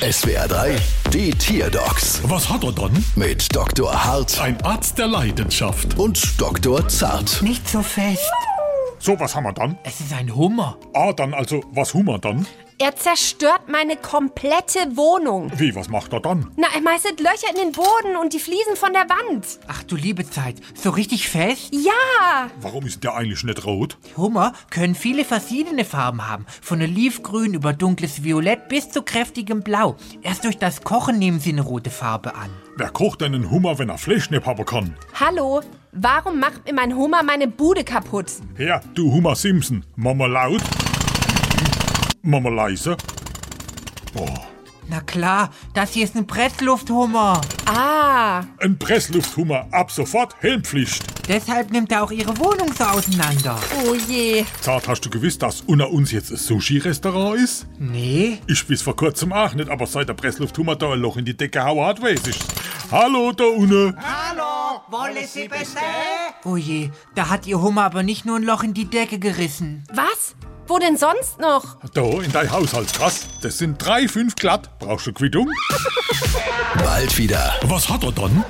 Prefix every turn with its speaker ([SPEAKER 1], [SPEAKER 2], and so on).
[SPEAKER 1] SWR 3, die Tierdocs
[SPEAKER 2] Was hat er dann?
[SPEAKER 1] mit Dr. Hart
[SPEAKER 2] Ein Arzt der Leidenschaft.
[SPEAKER 1] und Dr. Zart.
[SPEAKER 3] Nicht so fest.
[SPEAKER 2] So, was haben wir dann?
[SPEAKER 3] Es ist ein Hummer.
[SPEAKER 2] Ah, dann also, was Hummer dann?
[SPEAKER 4] Er zerstört meine komplette Wohnung.
[SPEAKER 2] Wie, was macht er dann?
[SPEAKER 4] Na, er meißelt Löcher in den Boden und die Fliesen von der Wand.
[SPEAKER 3] Ach du liebe Zeit, so richtig fest?
[SPEAKER 4] Ja,
[SPEAKER 2] Warum ist der eigentlich nicht rot?
[SPEAKER 3] Hummer können viele verschiedene Farben haben. Von olivgrün über dunkles Violett bis zu kräftigem Blau. Erst durch das Kochen nehmen sie eine rote Farbe an.
[SPEAKER 2] Wer kocht denn einen Hummer, wenn er Fleisch nicht haben kann?
[SPEAKER 4] hallo. Warum macht mir mein Hummer meine Bude kaputt?
[SPEAKER 2] Her, du Hummer Simpson. Mama laut. Mama leise. Boah.
[SPEAKER 3] Na klar, das hier ist ein Pressluft-Hummer.
[SPEAKER 4] Ah,
[SPEAKER 2] Ein Presslufthummer, ab sofort Helmpflicht.
[SPEAKER 3] Deshalb nimmt er auch ihre Wohnung so auseinander.
[SPEAKER 4] oh je.
[SPEAKER 2] Zart, hast du gewusst, dass unter uns jetzt ein Sushi-Restaurant ist?
[SPEAKER 3] Nee?
[SPEAKER 2] Ich weiß vor kurzem auch nicht, aber seit der Presslufthammer da ein Loch in die Decke hauen hat, weiß ich. Hallo da unten.
[SPEAKER 3] Oh je, da hat ihr Hummer aber nicht nur ein Loch in die Decke gerissen.
[SPEAKER 4] Was? Wo denn sonst noch?
[SPEAKER 2] Da in dein Haushaltskasse. Das sind drei, fünf glatt. Brauchst du Quittung?
[SPEAKER 1] Bald wieder.
[SPEAKER 2] Was hat er dann?